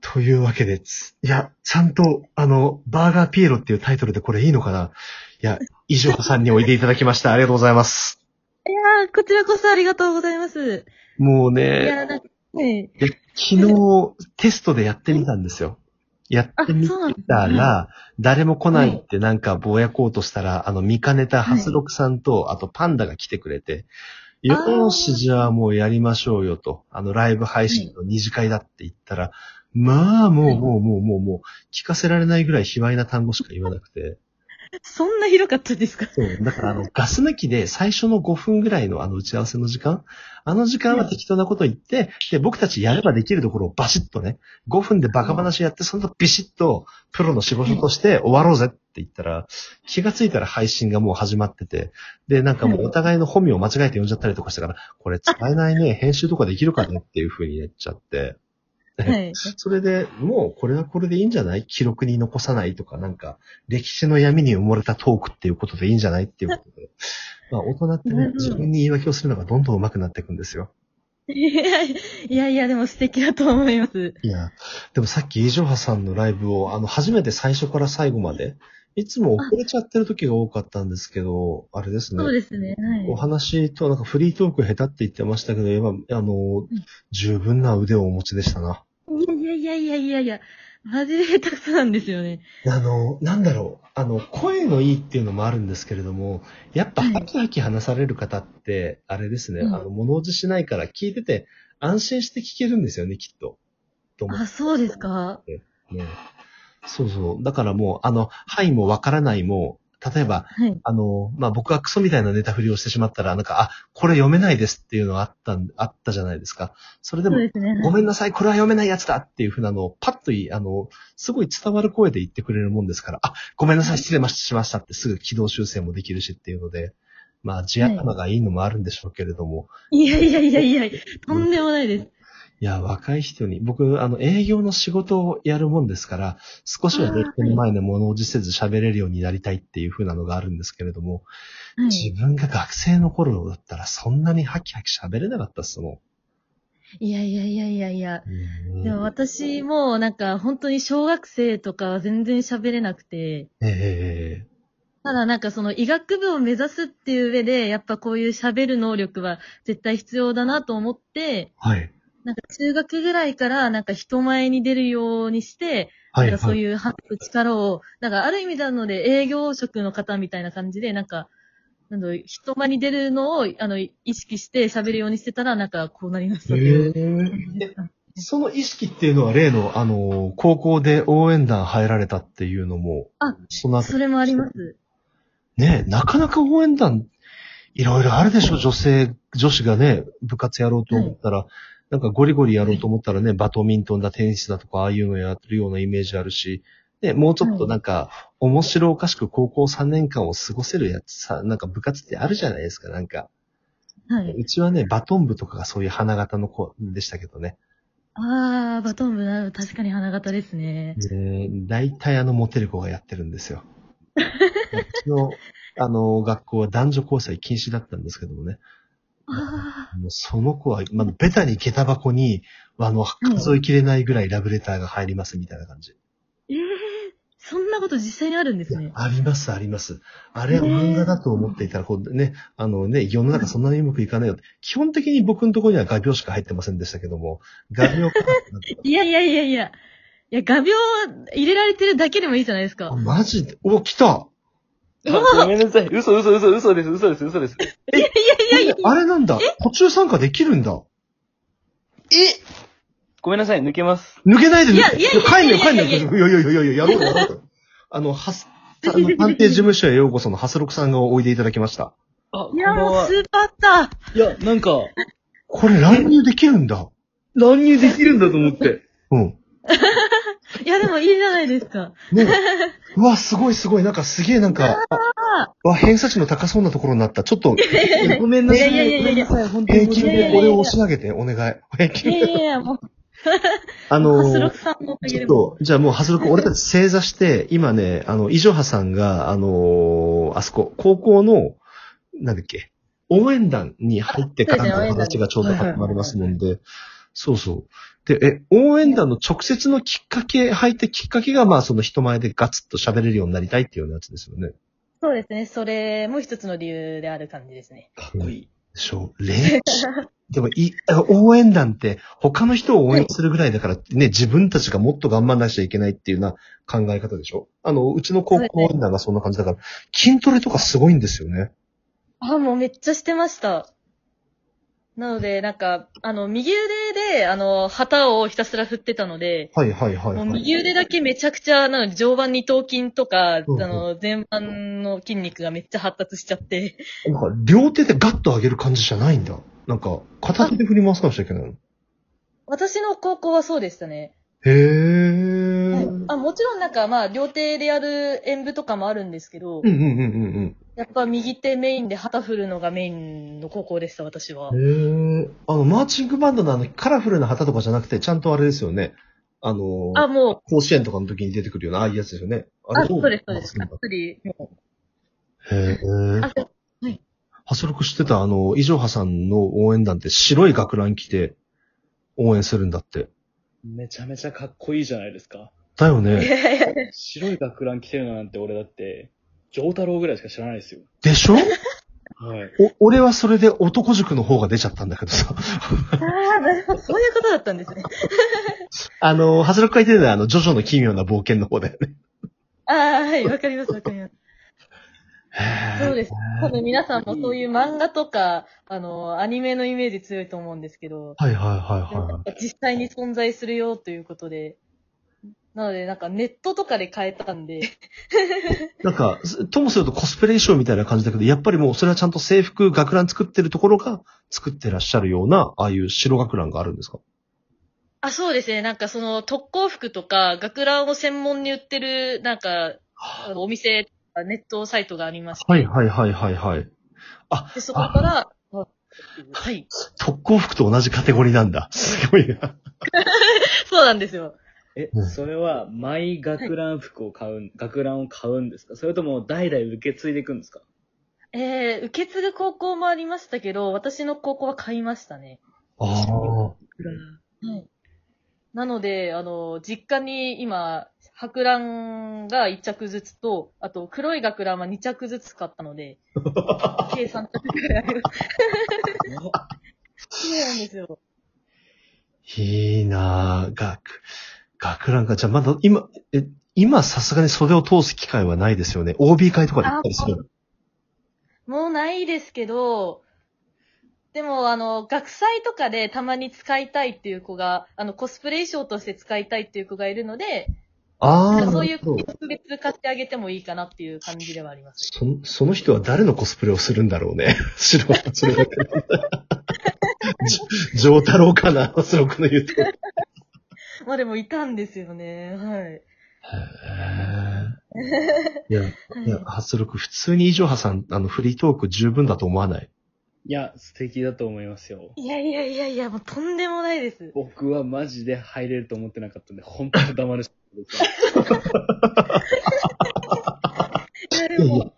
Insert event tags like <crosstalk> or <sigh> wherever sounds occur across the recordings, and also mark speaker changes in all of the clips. Speaker 1: というわけで、ついや、ちゃんと、あの、バーガーピエロっていうタイトルでこれいいのかないや、以上さんにおいでいただきました。ありがとうございます。
Speaker 2: いやー、こちらこそありがとうございます。
Speaker 1: もう
Speaker 2: い
Speaker 1: ね、
Speaker 2: やー、なんかね、
Speaker 1: いや昨日テストでやってみたんですよ。やってみ
Speaker 2: あそうなんですね
Speaker 1: たら、誰も来ないってなんかぼやこうとしたら、あの、見かねたハスロクさんと、あとパンダが来てくれて、
Speaker 2: あ
Speaker 1: よ
Speaker 2: ー
Speaker 1: ーし、じゃあもうやりましょうよと、あの、ライブ配信の二次会だって言ったら、まあ、も
Speaker 2: は
Speaker 1: う、
Speaker 2: い
Speaker 1: もう、もう、もう、もう、聞かせられないぐらい卑猥な単語しか言わなくて。
Speaker 2: そんな広かったですか <laughs>
Speaker 1: そう。だから、あの、ガス抜きで最初の5分ぐらいのあの打ち合わせの時間、あの時間は適当なこと言って、で、僕たちやればできるところをバシッとね、5分でバカ話やって、その後ビシッとプロの仕事として終わろうぜって言ったら、気がついたら配信がもう始まってて、で、なんかもうお互いの本名を間違えて呼んじゃったりとかしたから、これ使えないね、編集とかできるかねっていう風になっちゃって、
Speaker 2: はい。
Speaker 1: <laughs> それでもうこれはこれでいいんじゃない記録に残さないとか、なんか、歴史の闇に埋もれたトークっていうことでいいんじゃないっていう
Speaker 2: <laughs>
Speaker 1: ことで。まあ、大人って
Speaker 2: な
Speaker 1: ね
Speaker 2: る、ほど
Speaker 1: 自分に言い訳をするのがどんどん上手くなっていくんですよ。
Speaker 2: いやいやいや、でも素敵だと思います。
Speaker 1: いや、でもさっき、イジョハさんのライブを、あの、初めて最初から最後まで、いつも遅れちゃってる時が多かったんですけど、あれですね。
Speaker 2: そうですね。はい
Speaker 1: お。話と、なんかフリートーク下手って言ってましたけど、やっぱ、あの、十分な腕をお持ちでしたな。
Speaker 2: いやいやいやいやいや、マジで下手くそなんですよね。
Speaker 1: あの、なんだろう。あの、声のいいっていうのもあるんですけれども、やっぱ
Speaker 2: はい
Speaker 1: ハキハキ話される方って、あれですね、
Speaker 2: うん
Speaker 1: あの、物おじしないから聞いてて、安心して聞けるんですよね、きっと。と思
Speaker 2: あ、そうですか
Speaker 1: うね。そうそう。だからもう、あの、はいもわからないも、例えば、
Speaker 2: はい。
Speaker 1: あの、まあ、僕がクソみたいなネタ振りをしてしまったら、なんか、あ、これ読めないですっていうのがあったん、あったじゃないですか。それで
Speaker 2: そう
Speaker 1: も、
Speaker 2: ですね。
Speaker 1: ごめんなさい、これは読めないやつだっていうふうなのを、パッといい、あの、すごい伝わる声で言ってくれるもんですから、あ、ごめんなさい、失礼しましたってすぐ軌道修正もできるしっていうので、まあ、地頭がいいのもあるんでしょうけれども、
Speaker 2: いやいやいやいや、とんでもないです。
Speaker 1: いや、若い人に、僕、あの、営業の仕事をやるもんですから、少しはね
Speaker 2: あー
Speaker 1: この前の物おじせず喋れるようになりたいっていうふうなのがあるんですけれども、
Speaker 2: はい。
Speaker 1: 自分が学生の頃だったらそんなにハキハキ喋れなかったっすも
Speaker 2: いやいやいやいやいや。
Speaker 1: ん。うん
Speaker 2: でも私もなんか本当に小学生とかは全然喋れなくて、
Speaker 1: ええ
Speaker 2: ただなんかその医学部を目指すっていう上で、やっぱこういう喋る能力は絶対必要だなと思って、
Speaker 1: はい。
Speaker 2: なんか中学ぐらいからなんか人前に出るようにして、
Speaker 1: はい、は
Speaker 2: なん
Speaker 1: い
Speaker 2: か。そういう話す力を、なんかある意味なので営業職の方みたいな感じで、なんか、なんだろう人前に出るのを、あの、意識して喋るようにしてたら、なんかこうなりましたね。
Speaker 1: えその意識っていうのは例の、あの、高校で応援団入られたっていうのも、
Speaker 2: あ、
Speaker 1: その後
Speaker 2: それもあります。
Speaker 1: ねえ、なかなか応援団、いろいろあるでしょ、女性、女子がね、部活やろうと思ったら、なんかゴリゴリやろうと思ったらね、バドミントンだ、テニスだとか、ああいうのやってるようなイメージあるし、ね、もうちょっとなんか、面白おかしく高校3年間を過ごせるやつさ、なんか部活ってあるじゃないですか、なんか。
Speaker 2: はい。
Speaker 1: うちはね、バトン部とかがそういう花形の子でしたけどね。
Speaker 2: あー、バトン部なる確かに花形ですね。
Speaker 1: で、大体あのモテる子がやってるんですよ。うちの、あの、学校は男女交際禁止だったんですけどもね。
Speaker 2: あ
Speaker 1: もうその子は、まあ、ベタに下駄箱に、あの、数えきれないぐらいラブレターが入りますみたいな感じ。
Speaker 2: ー、えー、そんなこと実際にあるんですね。
Speaker 1: あります、あります。あれ
Speaker 2: へ
Speaker 1: は
Speaker 2: ー
Speaker 1: 漫画だと思っていたら、こうね、あのね、世の中そんなにうまくいかないよって。基本的に僕のところには画鋲しか入ってませんでしたけども、画鋲から、
Speaker 2: <laughs> いやいやいやいや。いや、画鋲入れられてるだけでもいいじゃないですか。
Speaker 1: あマジで、お、来た
Speaker 3: あごめんなさい。嘘嘘嘘嘘です。嘘です。嘘です。
Speaker 2: いやいやいや。
Speaker 1: あれなんだ途中参加できるんだ
Speaker 3: えごめんなさい。抜けます。
Speaker 1: 抜けないで抜
Speaker 2: いやい
Speaker 1: け
Speaker 2: やいや
Speaker 1: 帰んないよ、帰
Speaker 2: や
Speaker 1: ん
Speaker 2: い
Speaker 1: な
Speaker 2: や
Speaker 1: よ。
Speaker 2: い
Speaker 1: い
Speaker 2: や
Speaker 1: やいやいやいや、やろうよ、やろうよ。あの、はす、あの、探偵事務所へようこそのハスロクさんがおいでいただきました。
Speaker 3: あ、
Speaker 2: いや、
Speaker 3: こんばん
Speaker 2: もう
Speaker 3: は
Speaker 2: スーパーだ。
Speaker 3: いや、なんか、
Speaker 1: これ乱入できるんだ。
Speaker 3: 乱入できるんだと思って。
Speaker 1: うん。
Speaker 2: いや、でもいいじゃないですか。
Speaker 1: ねうわ、すごいすごい。なんかすげえなんか、あわ、偏差値の高そうなところになった。ちょっと、
Speaker 3: ごめんなさい。
Speaker 2: いやいやいやいや
Speaker 3: ごめんなさい。本当に
Speaker 1: 平
Speaker 3: 申し
Speaker 1: 均
Speaker 3: 訳ない。
Speaker 1: で俺を押し上げて、お願い。平
Speaker 2: いや
Speaker 1: 均
Speaker 2: いやいや、もう、
Speaker 1: あの
Speaker 2: ハスロ
Speaker 1: ー
Speaker 2: ク、さんのおか
Speaker 1: ち
Speaker 2: げ
Speaker 1: ょっ
Speaker 2: でも。
Speaker 1: と、じゃあもう、ハスロク、俺たち正座して、今ね、あの、イジョハさんが、あのーあそこ、高校の、なんだっけ、応援団に入ってからの
Speaker 2: あそうですね応援団
Speaker 1: 話がちょうど始まりますもんで、そうそう。で、え、応援団の直接のきっかけ、入ったきっかけが、まあ、その人前でガツッと喋れるようになりたいっていうようなやつですよね。
Speaker 2: そうですね。それも一つの理由である感じですね。
Speaker 1: か
Speaker 3: っこいい。
Speaker 1: でしょう。練習。 <laughs> でもい、応援団って他の人を応援するぐらいだからね、自分たちがもっと頑張んなきゃいけないっていうような考え方でしょあの、うちの高校応援団がそんな感じだから、筋トレとかすごいんですよね。
Speaker 2: あ、もうめっちゃしてました。なので、なんか、あの、右腕で、あの、旗をひたすら振ってたので、
Speaker 1: はいはいはい、
Speaker 2: も
Speaker 1: は
Speaker 2: う
Speaker 1: い。
Speaker 2: 右腕だけめちゃくちゃ、なので上腕二頭筋とか、あ
Speaker 1: うん
Speaker 2: の、前腕の筋肉がめっちゃ発達しちゃって、
Speaker 1: なんか、両手でガッと上げる感じじゃないんだ。なんか、片手で振り回さなくちゃいけないの。
Speaker 2: 私の高校はそうでしたね。
Speaker 1: へ
Speaker 2: はい
Speaker 1: ー。
Speaker 2: あもちろんなんか、まあ、両手でやる演舞とかもあるんですけど
Speaker 1: うん、うんうん
Speaker 2: やっぱ右手メインで旗振るのがメインの高校でした、私は
Speaker 1: うんう。ん。へー。あの、マーチングバンドのあの、カラフルな旗とかじゃなくて、ちゃんとあれですよね。あの、
Speaker 2: あ、もう、
Speaker 1: 甲子園とかの時に出てくるような、ああいうやつですよね。あ
Speaker 2: あ、
Speaker 1: れど
Speaker 2: そうです、そうで
Speaker 1: 好
Speaker 2: す。
Speaker 1: き
Speaker 2: が
Speaker 1: な
Speaker 2: っ
Speaker 1: の
Speaker 2: つり、も
Speaker 1: へ
Speaker 2: う。
Speaker 1: ー
Speaker 2: あ、。そう
Speaker 1: ハソルク知ってた、あの、イジョハさんの応援団って白い学ラン着て応援するんだって。
Speaker 3: めちゃめちゃかっこいいじゃないですか。
Speaker 1: だよね。
Speaker 2: え
Speaker 3: 白い学ラン着てるのなんて俺だって、上太郎ぐらいしか知らないですよ。
Speaker 1: でしょ
Speaker 3: はい。
Speaker 1: お、俺はそれで男塾の方が出ちゃったんだけどさ。
Speaker 2: あーなるほどそういうことだったんですね。
Speaker 1: <laughs> あの、ハソルクが言ってるのは、あの、ジョジョの奇妙な冒険の方だよね。
Speaker 2: ああ、はい、わかります、わかります。そうです。多分皆さんもそういう漫画とか、あの、アニメのイメージ強いと思うんですけど、
Speaker 1: はいはいはい
Speaker 2: でもや
Speaker 1: は
Speaker 2: っぱ実際に存在するよということで、なのでなんかネットとかで買えたんで、
Speaker 1: い。なんか、すともするとコスプレ衣装みたいな感じだけど、やっぱりもうそれはちゃんと制服、学ラン作ってるところが作ってらっしゃるような、ああいう白学ランがあるんですか
Speaker 2: あ、そうですね。なんかその特攻服とか、学ランを専門に売ってる、なんか、あのお店とか、ネットサイトがありまして、
Speaker 1: はいはいはいはいはい。
Speaker 2: でそこから、あはい。
Speaker 1: 特攻服と同じカテゴリーなんだ。 <laughs> すごいな。
Speaker 2: そうなんですよ。
Speaker 3: え
Speaker 1: うん、
Speaker 3: それは、毎学ラン服を買うん、学ランを買うんですかそれとも、代々受け継いでいくんですか
Speaker 2: えー、受け継ぐ高校もありましたけど、私の高校は買いましたね。
Speaker 1: ああ。
Speaker 2: はい。なので、あの、実家に今、白ランが1着ずつと、あと黒い学ランは2着ずつ買ったので、計3着くらいあります。そうなんですよ。
Speaker 1: いいなぁ。学、学ランか。じゃあまだ、今、え、今さすがに袖を通す機会はないですよね。OB 会とかで行ったりする。
Speaker 2: もうないですけど、でも、あの、学祭とかでたまに使いたいっていう子が、あの、コスプレ衣装として使いたいっていう子がいるので、
Speaker 1: あ
Speaker 2: なん
Speaker 1: あ。
Speaker 2: かそうい
Speaker 1: な
Speaker 2: う
Speaker 1: るほ
Speaker 2: 子に
Speaker 1: ど
Speaker 2: 特別買ってあげてもいいかなっていう感じではあります。
Speaker 1: その、その人は誰のコスプレをするんだろうね。 <laughs> 白はそれだけ。じ上太郎かな、 <laughs> その子の言うと。へ
Speaker 2: まあでもいたんですよね。はい。
Speaker 1: え。いや、いや、発力、普通にイジョハさん、あの、フリートーク十分だと思わない。
Speaker 3: いや、素敵だと思いますよ。
Speaker 2: いやいやいやいや、もうとんでもないです。
Speaker 3: 僕はマジで入れると思ってなかったんで、本当に黙るしかないです。
Speaker 2: いやでも、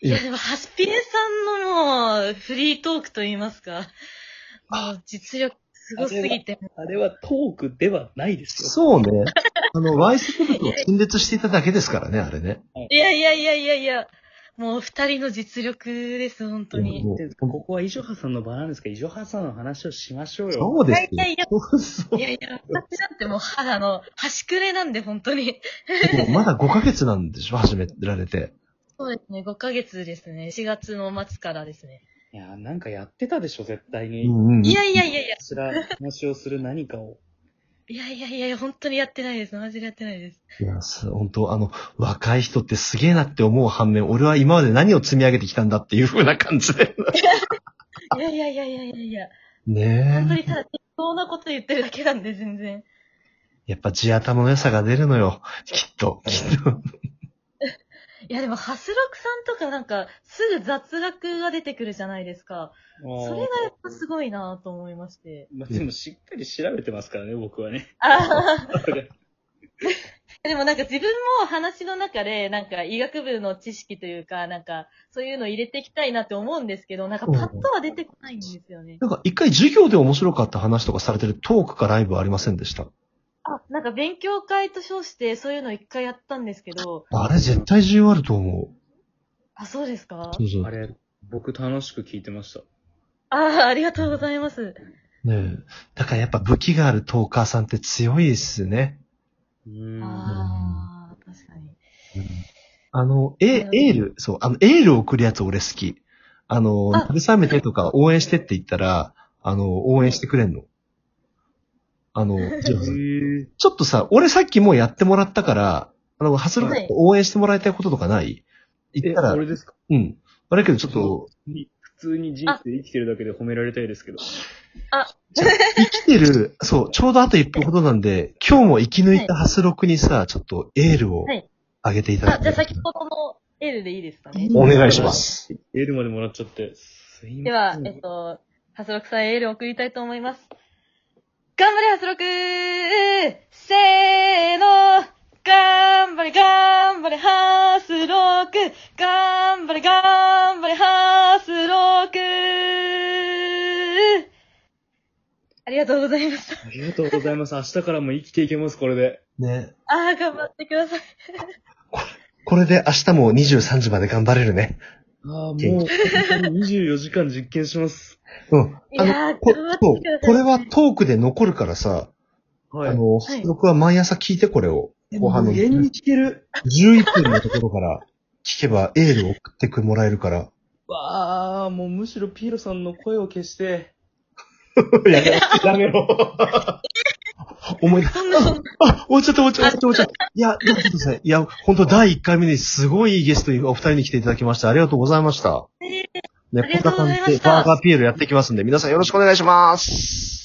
Speaker 1: い
Speaker 2: い
Speaker 1: や
Speaker 2: やでも、ハスピエさんのもう、フリートークと言いますか、もう実力すごすぎて、
Speaker 3: あれはトークではないですよ。
Speaker 1: そうね。あの、ワイスク物を陳列していただけですからね、あれね。
Speaker 2: いやいやいやいやいや、もう二人の実力です、本当に。
Speaker 1: もう
Speaker 3: でここはイジョハさんの場なんですかイジョハさんの話をしましょうよ。
Speaker 1: そうです
Speaker 2: いやいや
Speaker 1: よ。
Speaker 2: いやいや、私だってもう、はあの、端くれなんで、本当に。
Speaker 1: でもまだ5ヶ月なんでしょ始められて。
Speaker 2: そうですね、5ヶ月ですね。4月の末からですね。
Speaker 3: いや、なんかやってたでしょ、絶対に。
Speaker 1: ん
Speaker 2: いやいやいやいや、
Speaker 3: すら話をする何かを。
Speaker 2: いやいやいやいや、本当にやってないです。マジでやってないです。
Speaker 1: いや、す本当あの、若い人ってすげえなって思う反面、俺は今まで何を積み上げてきたんだっていう風な感じ
Speaker 2: <laughs>
Speaker 1: で。
Speaker 2: いやいやいやいやいやいや、本当
Speaker 1: ね
Speaker 2: にただ適当なこと言ってるだけなんで、全然。
Speaker 1: え。やっぱ地頭の良さが出るのよ。きっと、きっと。
Speaker 2: いやでも、ハスロクさんとかなんか、すぐ雑学が出てくるじゃないですか。それがやっぱすごいなぁと思いまして。
Speaker 3: まあでもしっかり調べてますからね、僕はね。
Speaker 2: あーでもなんか自分も話の中で、なんか医学部の知識というか、なんかそういうの入れていきたいなって思うんですけど、なんかパッとは出てこないんですよね。
Speaker 1: なんか一回授業で面白かった話とかされてるトークかライブはありませんでした。
Speaker 2: あ、なんか勉強会と称してそういうの一回やったんですけど、
Speaker 1: あれ絶対重要あると思
Speaker 2: あ、そうですか
Speaker 1: う。そうそう
Speaker 3: <laughs> あ。れ、僕楽しく聞いてました。
Speaker 2: ああ、ありがとうございます。
Speaker 1: ねえ。だからやっぱ武器があるトーカーさんって強いですね。
Speaker 3: うーん。
Speaker 2: ああ、確かに。
Speaker 1: あの、え、
Speaker 2: うん
Speaker 1: エール、そう、あの、エールを送るやつ俺好き。あの、
Speaker 2: あ
Speaker 1: 食べ冷めてとか応援してって言ったら、あの、応援してくれんの。あの、ちょ
Speaker 3: へー
Speaker 1: ちょっとさ、俺さっきもうやってもらったから、あの、ハスルカップ応援してもらいたいこととかない言
Speaker 3: え、
Speaker 1: ったら、
Speaker 3: あ
Speaker 1: う
Speaker 3: れですか
Speaker 1: ん。あれだけどちょっと、
Speaker 3: 普通に人生生きてるだけで褒められたいですけど。
Speaker 1: 生きてる、そう、ちょうどあと一歩ほどなんで、今日も生き抜いたハスロクにさ、ちょっとエールを
Speaker 2: はい
Speaker 1: あげていただ
Speaker 2: あ、
Speaker 1: きた
Speaker 2: じゃ
Speaker 1: い
Speaker 2: あ先ほどの L でいいですかね。
Speaker 1: お願いします。
Speaker 3: エールまでもらっちゃって。すいません。
Speaker 2: では、えっと、ハスロクさんへエールを送りたいと思います。頑張れ、ハスロクせーの頑張れ、頑張れ、ハスロク頑張れ、頑張れ、ハスロクありがとうございました。
Speaker 3: ありがとうございます。明日からも生きていけます、これで。
Speaker 1: ね。
Speaker 2: あー、頑張ってください。
Speaker 1: これで明日も23時まで頑張れるね。
Speaker 3: ああ、もう、
Speaker 1: 元気
Speaker 3: 24時間実験します。
Speaker 1: うん。あの、
Speaker 2: いやー
Speaker 1: こ
Speaker 2: 頑張って
Speaker 1: そう
Speaker 2: ください
Speaker 1: これはトークで残るからさ、
Speaker 3: はい。
Speaker 1: あの、
Speaker 2: はい
Speaker 1: 僕は毎朝聞いてこれを、後半の
Speaker 3: 無限に聞ける。
Speaker 1: 11分のところから聞けばエールを送ってくもらえる <laughs> から。
Speaker 3: わあ、もうむしろピーロさんの声を消して。
Speaker 1: やめろ
Speaker 3: やめろ。
Speaker 1: 思い出
Speaker 2: そんな、そんな、
Speaker 1: あ、終わっちゃった、終わっちゃった、終わっちゃった。いや、でもちょっとね、いや、本当第1回目にすごいいいゲストにお二人に来ていただきました。ありがとうございました。ね、
Speaker 2: ありがとうござい
Speaker 1: こんな感
Speaker 2: ました
Speaker 1: じでバーガーピエロやっていきますんで、皆さんよろしくお願いします。